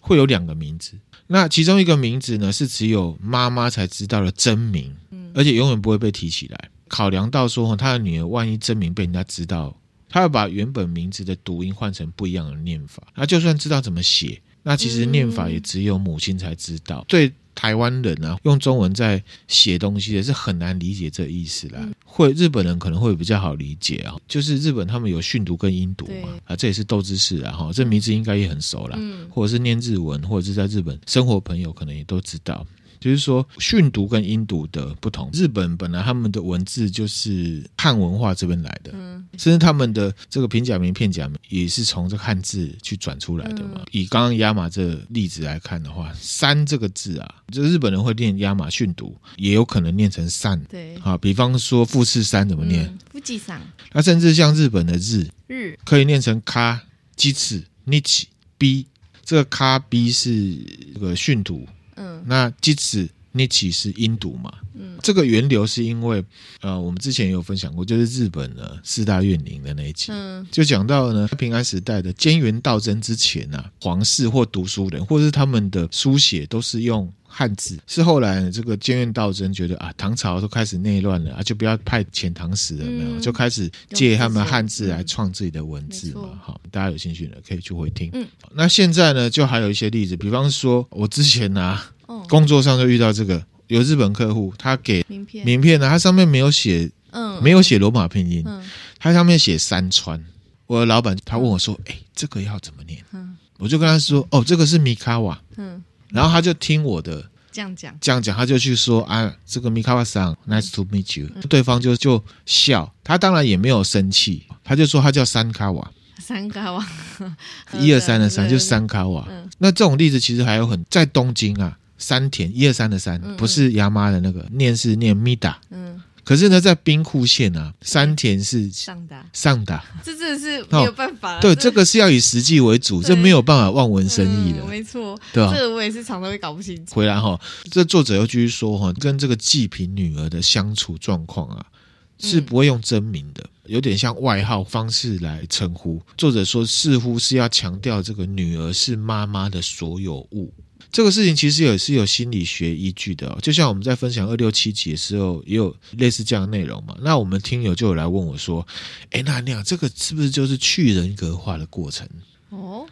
会有两个名字。那其中一个名字呢，是只有妈妈才知道的真名，而且永远不会被提起来。考量到说，哦他的女儿万一真名被人家知道，他要把原本名字的读音换成不一样的念法。那就算知道怎么写，那其实念法也只有母亲才知道。对台湾人啊，用中文在写东西的是很难理解这意思啦。会日本人可能会比较好理解啊，就是日本他们有训读跟音读嘛
对，
啊，这也是斗智士啊，哈，这名字应该也很熟啦。
嗯
或者是念日文，或者是在日本生活朋友可能也都知道，就是说训读跟音读的不同。日本本来他们的文字就是汉文化这边来的，
嗯，
甚至他们的这个平假名、片假名也是从这个汉字去转出来的嘛。
嗯
以刚刚亚马这例子来看的话，山这个字啊，就日本人会念亚马训读，也有可能念成善。
对。
啊，比方说富士山怎么念？
嗯？富吉桑
那、甚至像日本的日，
日
可以念成咖、鸡翅、尼奇、b。这个咖 b 是这个训读，
嗯
那鸡翅、尼奇是音读嘛？
嗯，
这个源流是因为呃，我们之前也有分享过，就是日本呢四大怨灵的那一集。
嗯
就讲到呢，平安时代的兼元道真之前啊，皇室或读书人，或者是他们的书写都是用汉字。是后来这个兼元道真觉得啊，唐朝都开始内乱了啊，就不要派遣唐使了，没有，
嗯
就开始借他们汉字
用自己
来创自己的文字
没
嘛
错。
好，大家有兴趣的可以去回听。
嗯
那现在呢，就还有一些例子，比方说我之前啊，
哦，
工作上就遇到这个。有日本客户，他给
名片
名片呢，它上面没有写，
嗯
没有写罗马拼音，
嗯
它上面写山川。我的老板他问我说：“哎、这个要怎么念
嗯？”
我就跟他说：“哦，这个是米卡瓦。
嗯，”
然后他就听我的
这样讲
这样讲，他就去说：“啊，这个米卡瓦桑，nice to meet you。”对
嗯
方就就笑，他当然也没有生气，他就说他叫山卡瓦，
三个啊哇，
一二三的三
嗯对
就三卡瓦
嗯。
那这种例子其实还有很在东京啊，山田一二三的三
嗯嗯
不是牙妈的那个念是念米达，
嗯
可是呢在兵库县啊，山田是
上达，
上达。
这真的是没有办法了。
哦
啊
对，这个是要以实际为主，
对
这没有办法望文生义
嗯
的，
没错，
对吧
这？个我也是常常会搞不清楚。
回来哈，这作者又继续说哈，跟这个祭品女儿的相处状况啊，是
嗯
不会用真名的，有点像外号方式来称呼。作者说，似乎是要强调这个女儿是妈妈的所有物。这个事情其实也是有心理学依据的、哦，就像我们在分享二六七集的时候，也有类似这样的内容嘛。那我们听友就有来问我说：“哎，那那样这个是不是就是去人格化的过程？”
哦，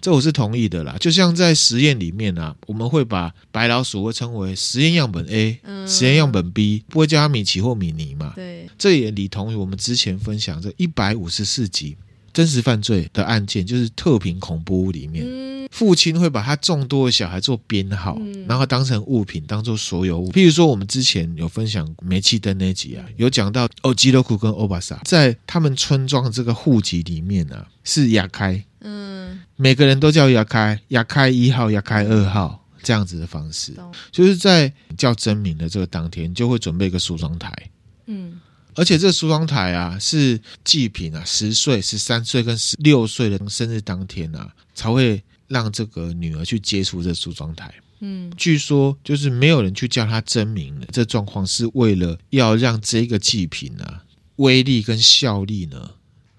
这我是同意的啦。就像在实验里面啊，我们会把白老鼠会称为实验样本 A、
嗯
实验样本 B，不会叫它米奇或米妮嘛。
对，
这也李同于我们之前分享这一百五十四集真实犯罪的案件，就是特平恐怖屋里面。
嗯
父亲会把他众多的小孩做编号，
嗯
然后当成物品，当做所有物。譬如说，我们之前有分享煤气灯那集啊，
嗯
有讲到哦，基洛库跟欧巴萨在他们村庄的这个户籍里面啊，是雅开，
嗯，
每个人都叫牙开，牙开一号、牙开二号这样子的方式，
懂，
就是在叫真名的这个当天，你就会准备一个梳妆台，
嗯
而且这梳妆台啊是祭品啊，十岁、十三岁跟十六岁的生日当天啊，才会让这个女儿去接触这梳妆台。
嗯
据说就是没有人去叫她真名的，这状况是为了要让这个祭品啊威力跟效力呢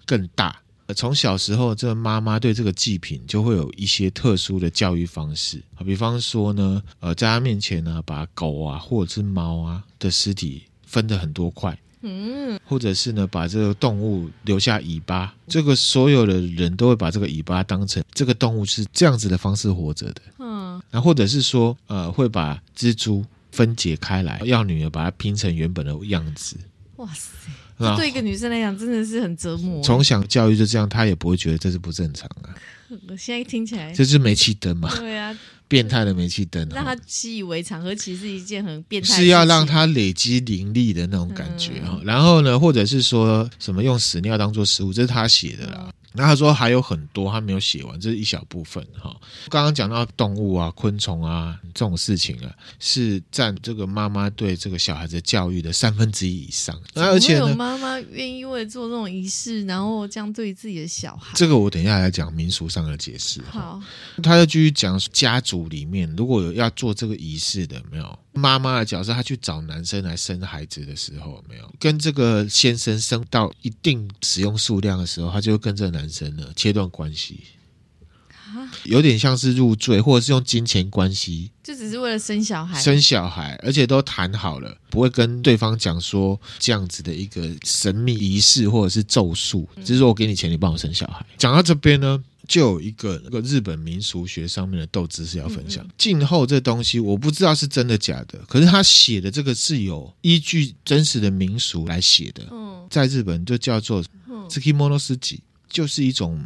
更大。呃从小时候，这个妈妈对这个祭品就会有一些特殊的教育方式，啊比方说呢，呃，在她面前呢，把狗啊或者是猫啊的尸体分得很多块，
嗯，
或者是呢，把这个动物留下尾巴，这个所有的人都会把这个尾巴当成这个动物是这样子的方式活着的。
嗯
那或者是说，呃，会把蜘蛛分解开来，要女儿把它拼成原本的样子。
哇塞，
那
对一个女生来讲真的是很折磨。
从小教育就这样，她也不会觉得这是不正常啊。
我现在听起来，
这是煤气灯嘛，
对啊，
变态的煤气灯、
让
哦
他，习以为常，何其是一件很变态的事情，
是要让它累积灵力的那种感觉
嗯
哈、哦。然后呢，或者是说什么用屎尿当做食物，这是他写的
嗯
啦。那他说还有很多他没有写完，这是一小部分哈、哦。刚刚讲到动物啊、昆虫啊这种事情啊，是占这个妈妈对这个小孩子教育的三分之一以上。那而且
怎么会有
呢，
妈妈愿意为了做这种仪式，然后这样对自己的小孩，
这个我等一下来讲民俗上的解释哈、
好，
他就继续讲家族里面如果有要做这个仪式的，有没有妈妈的角色，她去找男生来生孩子的时候，有没有跟这个先生生到一定使用数量的时候，她就会跟这个男生呢切断关系，
啊，
有点像是入赘，或者是用金钱关系
就只是为了生小孩，
生小孩，而且都谈好了，不会跟对方讲说这样子的一个神秘仪式或者是咒术，只是说我给你钱，你帮我生小孩。讲到这边呢。就有一个那个日本民俗学上面的斗知识要分享。静候这东西，我不知道是真的假的，可是他写的这个是有依据真实的民俗来写的，
嗯
在日本就叫做
嗯
s k i m o n o s u i 就是一种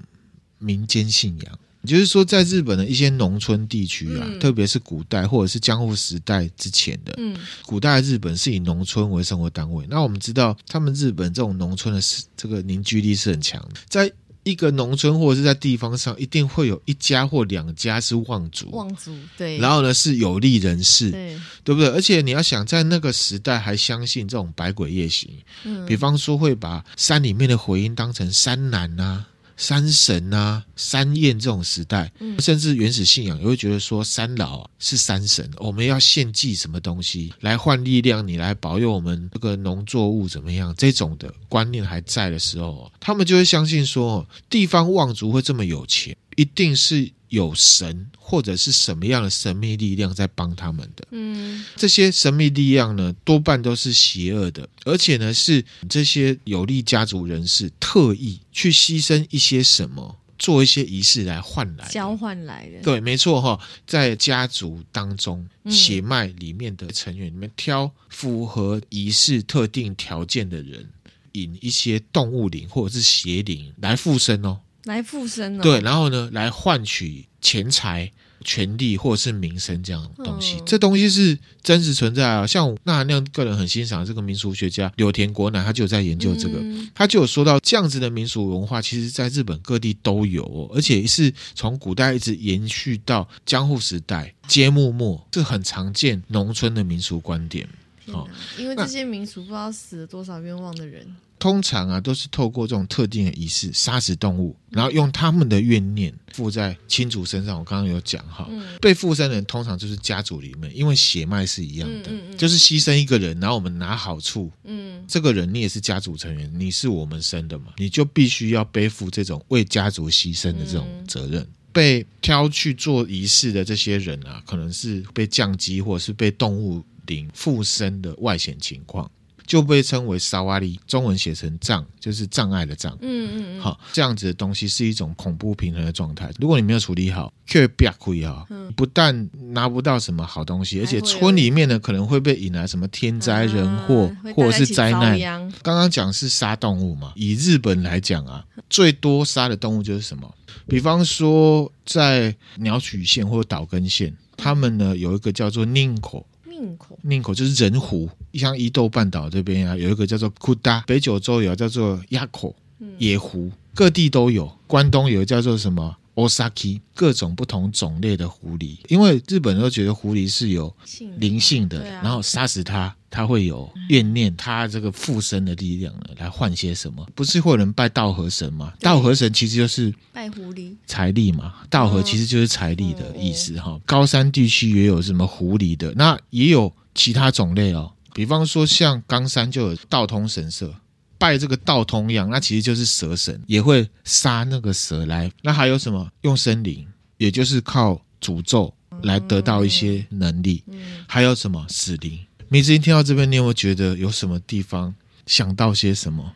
民间信仰。也就是说，在日本的一些农村地区啊，
嗯
特别是古代或者是江户时代之前的，
嗯，
古代的日本是以农村为生活单位。那我们知道，他们日本这种农村的是这个凝聚力是很强的，在一个农村或者是在地方上，一定会有一家或两家是望族，
望族对，
然后呢是有利人士，
对，
对不对？而且你要想，在那个时代还相信这种百鬼夜行，
嗯
比方说会把山里面的回音当成山男啊、山神啊、山宴这种时代，
嗯
甚至原始信仰也会觉得说山老啊是山神，我们要献祭什么东西来换力量，你来保佑我们这个农作物怎么样？这种的观念还在的时候，他们就会相信说，哦地方望族会这么有钱，一定是有神或者是什么样的神秘力量在帮他们的。
嗯
这些神秘力量呢，多半都是邪恶的，而且呢，是这些有利家族人士特意去牺牲一些什么，做一些仪式来换来的
交换来的，
对，没错哈、在家族当中，
嗯
血脉里面的成员里面挑符合仪式特定条件的人，引一些动物灵或者是邪灵来附身哦。
来附身哦，
对，，然后呢，来换取钱财、权利或者是名声这样的东西，
嗯
这东西是真实存在啊。像我那含亮个人很欣赏这个民俗学家柳田国男，他就有在研究这个。
嗯
他就有说到，这样子的民俗文化，其实在日本各地都有、哦，而且是从古代一直延续到江户时代、揭幕末，是很常见农村的民俗观点。
天哪
哦
因为
那
这些民俗不知道死了多少冤枉的人，
通常啊，都是透过这种特定的仪式杀死动物，然后用他们的怨念附在亲族身上。我刚刚有讲哈，
嗯
被附身的人通常就是家族里面，因为血脉是一样的，
嗯嗯嗯
就是牺牲一个人，然后我们拿好处。
嗯
这个人你也是家族成员，你是我们生的嘛，你就必须要背负这种为家族牺牲的这种
嗯
责任。被挑去做仪式的这些人啊，可能是被降级或者是被动物灵附身的外显情况，就被称为沙瓦利，中文写成障，就是障碍的障。
嗯嗯嗯，
好，这样子的东西是一种恐怖平衡的状态。如果你没有处理好，却不要亏啊
嗯！
不但拿不到什么好东西，而且
还会有
村里面呢可能会被引来什么天灾人祸
啊会
或者
带来
是
一起
灾
遭
难。
殃
刚刚讲是杀动物嘛，以日本来讲啊，最多杀的动物就是什么？比方说在鸟取县或岛根县，他们呢有一个叫做宁口，
命苦，
宁口就是人湖，像伊豆半岛这边啊，有一个叫做库达，北九州有叫做鸭口、野湖，各地都有。关东有叫做什么 Osaki，各种不同种类的狐狸，因为日本人都觉得狐狸是有
幸
灵性的，
对啊嗯
然后杀死它，它会有怨念，它这个附身的力量呢，来换些什么？不是会有人拜稻荷神吗？稻荷神其实就是
拜狐狸，
财力嘛，稻荷其实就是财力的意思嗯哈、高山地区也有什么狐狸的，那也有其他种类哦，比方说像冈山就有道通神社。拜这个道通样，那其实就是蛇神，也会杀那个蛇来。那还有什么用森林，也就是靠诅咒来得到一些能力。
嗯，
还有什么死灵？迷之音听到这边，你有没有觉得有什么地方想到些什么？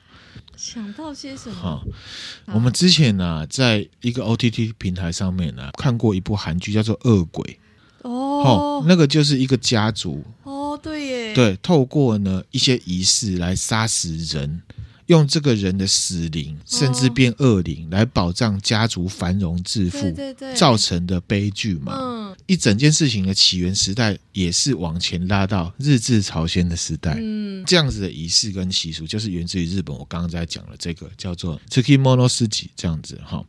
想到些什
哈、
么？嗯
我们之前呢、在一个 OTT 平台上面呢、看过一部韩剧，叫做《恶鬼》哦，
哦
那个就是一个家族
哦，对耶，
对，透过呢一些仪式来杀死人，用这个人的死灵，甚至变恶灵来保障家族繁荣致富
对对对，
造成的悲剧嘛。
嗯
一整件事情的起源时代也是往前拉到日治朝鲜的时代。
嗯
这样子的仪式跟习俗，就是源自于日本。我刚刚在讲了这个叫做 “tsukimono s u i 这样子哈。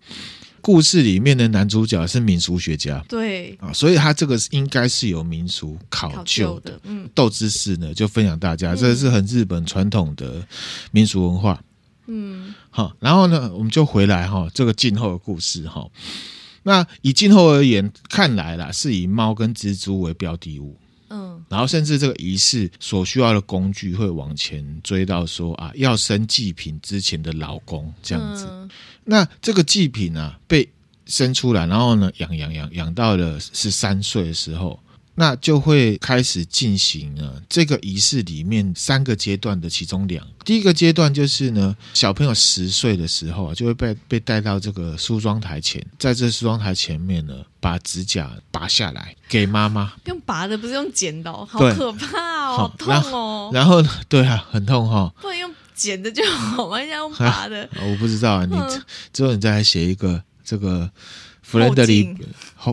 故事里面的男主角是民俗学家
对，
啊，所以他这个是应该是有民俗考
考
究
究
的。
的，嗯
斗知识呢，就分享大家，这是很日本传统的民俗文化。
嗯
好，然后呢，我们就回来哈，这个静候的故事哈。那以静候而言，看来啦，是以猫跟蜘蛛为标的物。
嗯
然后甚至这个仪式所需要的工具会往前追到说啊，要生祭品之前的老公这样子。
嗯
那这个祭品啊被生出来，然后呢养养养养到了十三岁的时候，那就会开始进行呢这个仪式里面三个阶段的其中两。第一个阶段就是呢，小朋友十岁的时候啊，就会被被带到这个梳妆台前，在这梳妆台前面呢，把指甲拔下来给妈妈。
用拔的，不是用剪的、哦，好
对
可怕
好
哦，好痛
然
哦，
然后呢，对啊，很痛哈、
不能用剪的就好吗？现在用拔的，
我不知道啊，你
嗯
之后你再来写一个这个弗兰德里
后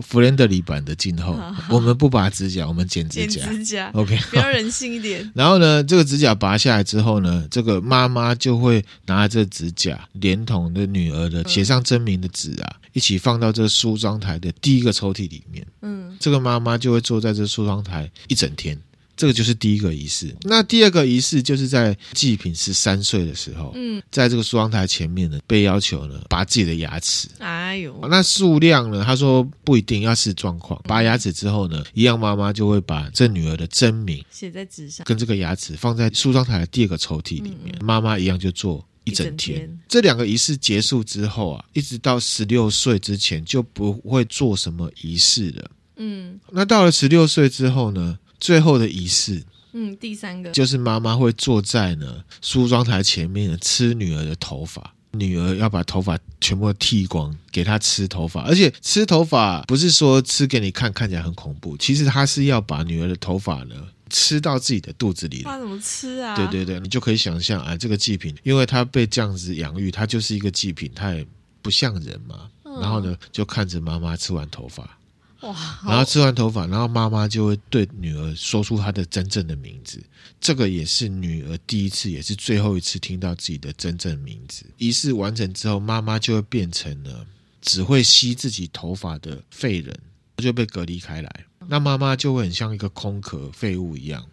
好弗兰德里版的静候
好，好
我们不拔指甲，我们剪指
剪
甲。
指 甲，
OK，。
比较人性一点
然后呢，这个指甲拔下来之后呢，这个妈妈就会拿这指甲，连同的女儿
嗯
的写上真名的纸啊，一起放到这个梳妆台的第一个抽屉里面。
嗯
这个妈妈就会坐在这梳妆台一整天。这个就是第一个仪式。那第二个仪式就是在祭品十三岁的时候，
嗯，
在这个梳妆台前面呢，被要求呢拔自己的牙齿。
哎呦，
那数量呢？他说不一定要视状况。拔牙齿之后呢，一样妈妈就会把这女儿的真名
写在纸上，
跟这个牙齿放在梳妆台的第二个抽屉里面，妈妈一样就做。一整天，
嗯一整天
这两个仪式结束之后啊，一直到十六岁之前就不会做什么仪式了。
嗯
那到了十六岁之后呢，最后的仪式
嗯，第三个，
就是妈妈会坐在呢梳妆台前面呢吃女儿的头发，女儿要把头发全部剃光，给她吃头发，而且吃头发不是说吃给你看，看起来很恐怖，其实她是要把女儿的头发呢吃到自己的肚子里
哇，
了。
怎么吃啊？
对，对对，你就可以想象啊，这个祭品，因为她被这样子养育，她就是一个祭品，她也不像人嘛。
嗯
然后呢，就看着妈妈吃完头发，
哇，好
然后吃完头发，然后妈妈就会对女儿说出她的真正的名字。这个也是女儿第一次，也是最后一次听到自己的真正名字。仪式完成之后，妈妈就会变成了只会吸自己头发的废人，就被隔离开来。那妈妈就会很像一个空壳废物一样。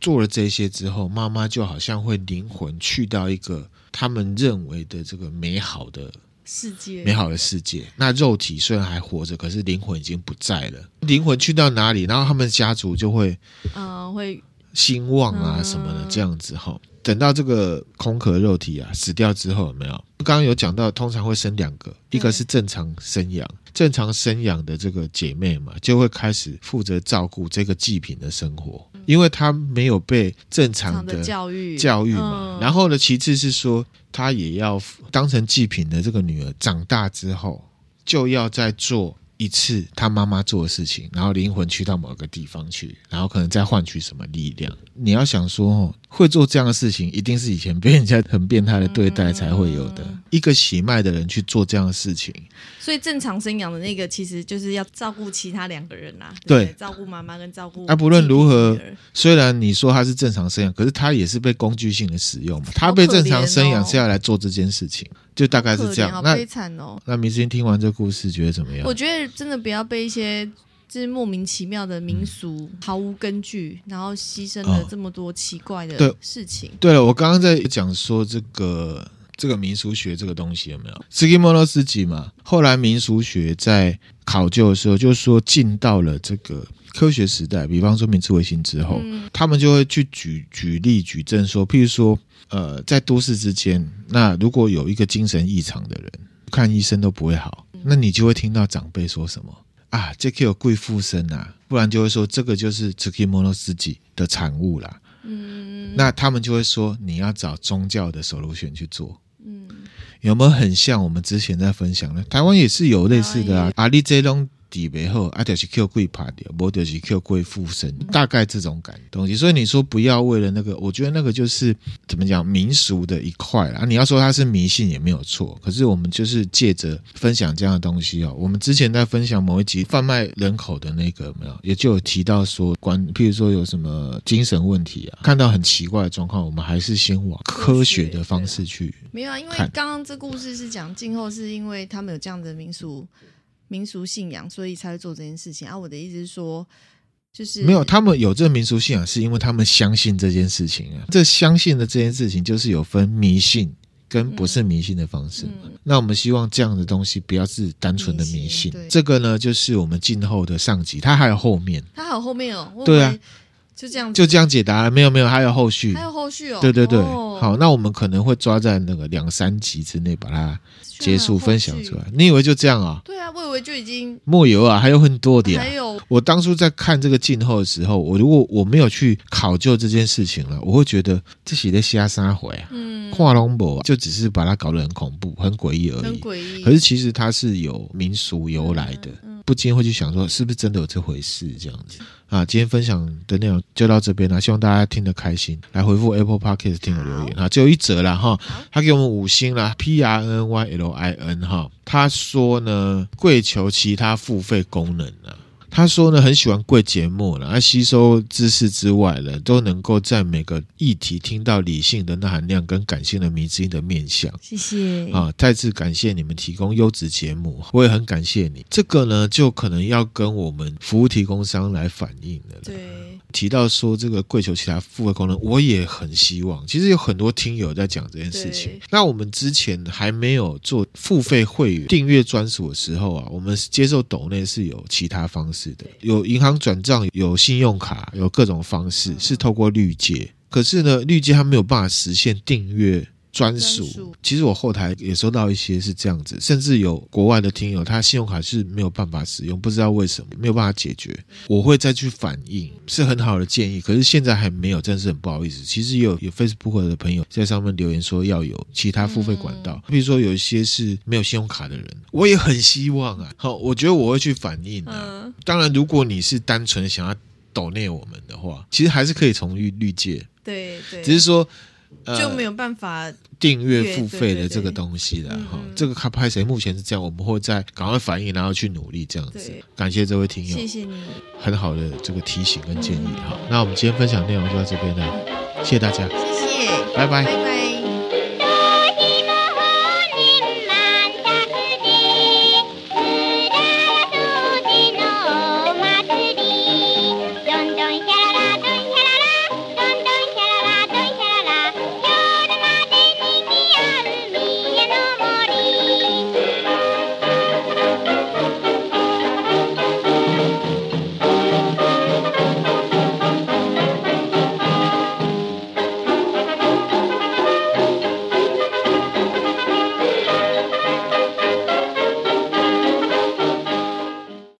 做了这些之后，妈妈就好像会灵魂去到一个他们认为的这个美好的
世界
美好的世界。那肉体虽然还活着，可是灵魂已经不在了。灵魂去到哪里，然后他们家族就会
嗯、会
兴旺啊
嗯
什么的，这样子哈。等到这个空壳肉体啊死掉之后，有没有？刚刚有讲到，通常会生两个，一
对
个是正常生养，正常生养的这个姐妹嘛，就会开始负责照顾这个祭品的生活，因为她没有被正常
常
的
的教育
教育嘛。
嗯
然后呢，其次是说，他也要当成祭品的这个女儿，长大之后就要再做一次他妈妈做的事情，然后灵魂去到某个地方去，然后可能再换取什么力量。你要想说，哦，会做这样的事情，一定是以前被人家很变态的对待才会有的。
嗯
一个喜脉的人去做这样的事情，
所以正常生养的那个其实就是要照顾其他两个人啦、啊对不
对
对，照顾妈妈跟照顾
啊不论如何
自己的女儿
虽然你说他是正常生养，可是他也是被工具性的使用嘛。他被正常生养是要来做这件事情，就大概是这样。
好可怜
那啊
好悲惨哦。
那明星听完这故事，觉得怎么样
我？觉得真的不要被一些就是莫名其妙的民俗、毫无根据，然后牺牲了
哦
这么多奇怪
对
的事情。
对了，我刚刚在讲说这个这个民俗学这个东西有没有 s k i m o n o s k i 嘛？后来民俗学在考究的时候，就说进到了这个科学时代，比方说明治维新之后，
嗯
他们就会去举举例举证说，譬如说，呃，在都市之间，那如果有一个精神异常的人，看医生都不会好，
嗯
那你就会听到长辈说什么啊，这个有贵妇生啊，不然就会说这个就是 t s k i m o n o s k i 的产物啦。
嗯
那他们就会说你要找宗教的手螺旋去做，
嗯，哦
有没有很像我们之前在分享的？台湾也是有类似的啊，阿里 J 龙底背后，啊，就是 Q 贵爬掉，不就是 Q 贵附身，
嗯
大概这种感东西。所以你说不要为了那个，我觉得那个就是怎么讲民俗的一块啦。啊你要说它是迷信也没有错，可是我们就是借着分享这样的东西哦。我们之前在分享某一集贩卖人口的那个有没有，也就有提到说关，譬如说有什么精神问题啊，看到很奇怪的状况，我们还是先往科学的方式去。
没有啊，因为
看
刚刚这故事是讲静后，是因为他们有这样的民俗民俗信仰，所以才会做这件事情啊。我的意思是说，就是
没有，他们有这民俗信仰，是因为他们相信这件事情啊。这相信的这件事情，就是有分迷信跟不是迷信的方式。
嗯
那我们希望这样的东西不要是单纯的迷
迷
信
信。对
这个呢，就是我们静后的上集，它还有后面，
他还有后面哦，我
对啊
以为就这样子，
就这样解答了。没有没有，还有后续
还。有后续哦，
对对对，
哦、
好，那我们可能会抓在那个两三集之内把它
居然还
结
有
束
后
分享
续
出来。你以为就这样啊？
对啊，我以为就已经
木有啊，还有很多的啊
还。有
我当初在看这个静候的时候，我如果我没有去考究这件事情了，我会觉得这写的瞎撒回啊，
嗯，
跨龙博就只是把它搞得很恐怖、很诡异而
很
已。
诡异，
可是其实它是有民俗由来的，不禁会去想说，是不是真的有这回事这样子啊？今天分享的内容就到这边了，希望大家听得开心。来回复 Apple Podcast 听我留言啊，只有一则啦哈，他给我们五星啦，P R N Y L I N 哈，他说呢，跪求其他付费功能啊。他说呢，很喜欢贵节目了，他吸收知识之外呢，都能够在每个议题听到理性的那含量跟感性的迷之音的面向。
谢谢，
啊，再次感谢你们提供优质节目，我也很感谢你。这个呢，就可能要跟我们服务提供商来反映了。
对，
提到说这个跪求其他付费功能，我也很希望。其实有很多听友在讲这件事情
对。
那我们之前还没有做付费会员订阅专属的时候啊，我们接受抖内是有其他方式的，有银行转账，有信用卡，有各种方
嗯
式是透过绿界。可是呢，绿界它没有办法实现订阅。专
专
属
属，
其实我后台也收到一些是这样子，甚至有国外的听友，他信用卡是没有办法使用，不知道为什么没有办法解决。我会再去反映，是很好的建议，可是现在还没有，真是很不好意思。其实也有有 Facebook 的朋友在上面留言说要有其他付费管
嗯
道，比如说有一些是没有信用卡的人，我也很希望啊。好，我觉得我会去反映啊。
嗯，
当然，如果你是单纯想要抖内我们的话，其实还是可以从绿绿界，
对对，
只是说。呃
就没有办法，
订阅
阅
付
对
费
对
的这个
对
东西的哈
嗯，嗯
这个卡拍谁目前是这样，我们会再赶快反应，然后去努力这样子
对。
感谢这位听友，
谢谢你，
很好的这个提醒跟建议。好，那我们今天分享内容就到这边了，谢谢大家，
谢谢，
拜拜
拜。拜。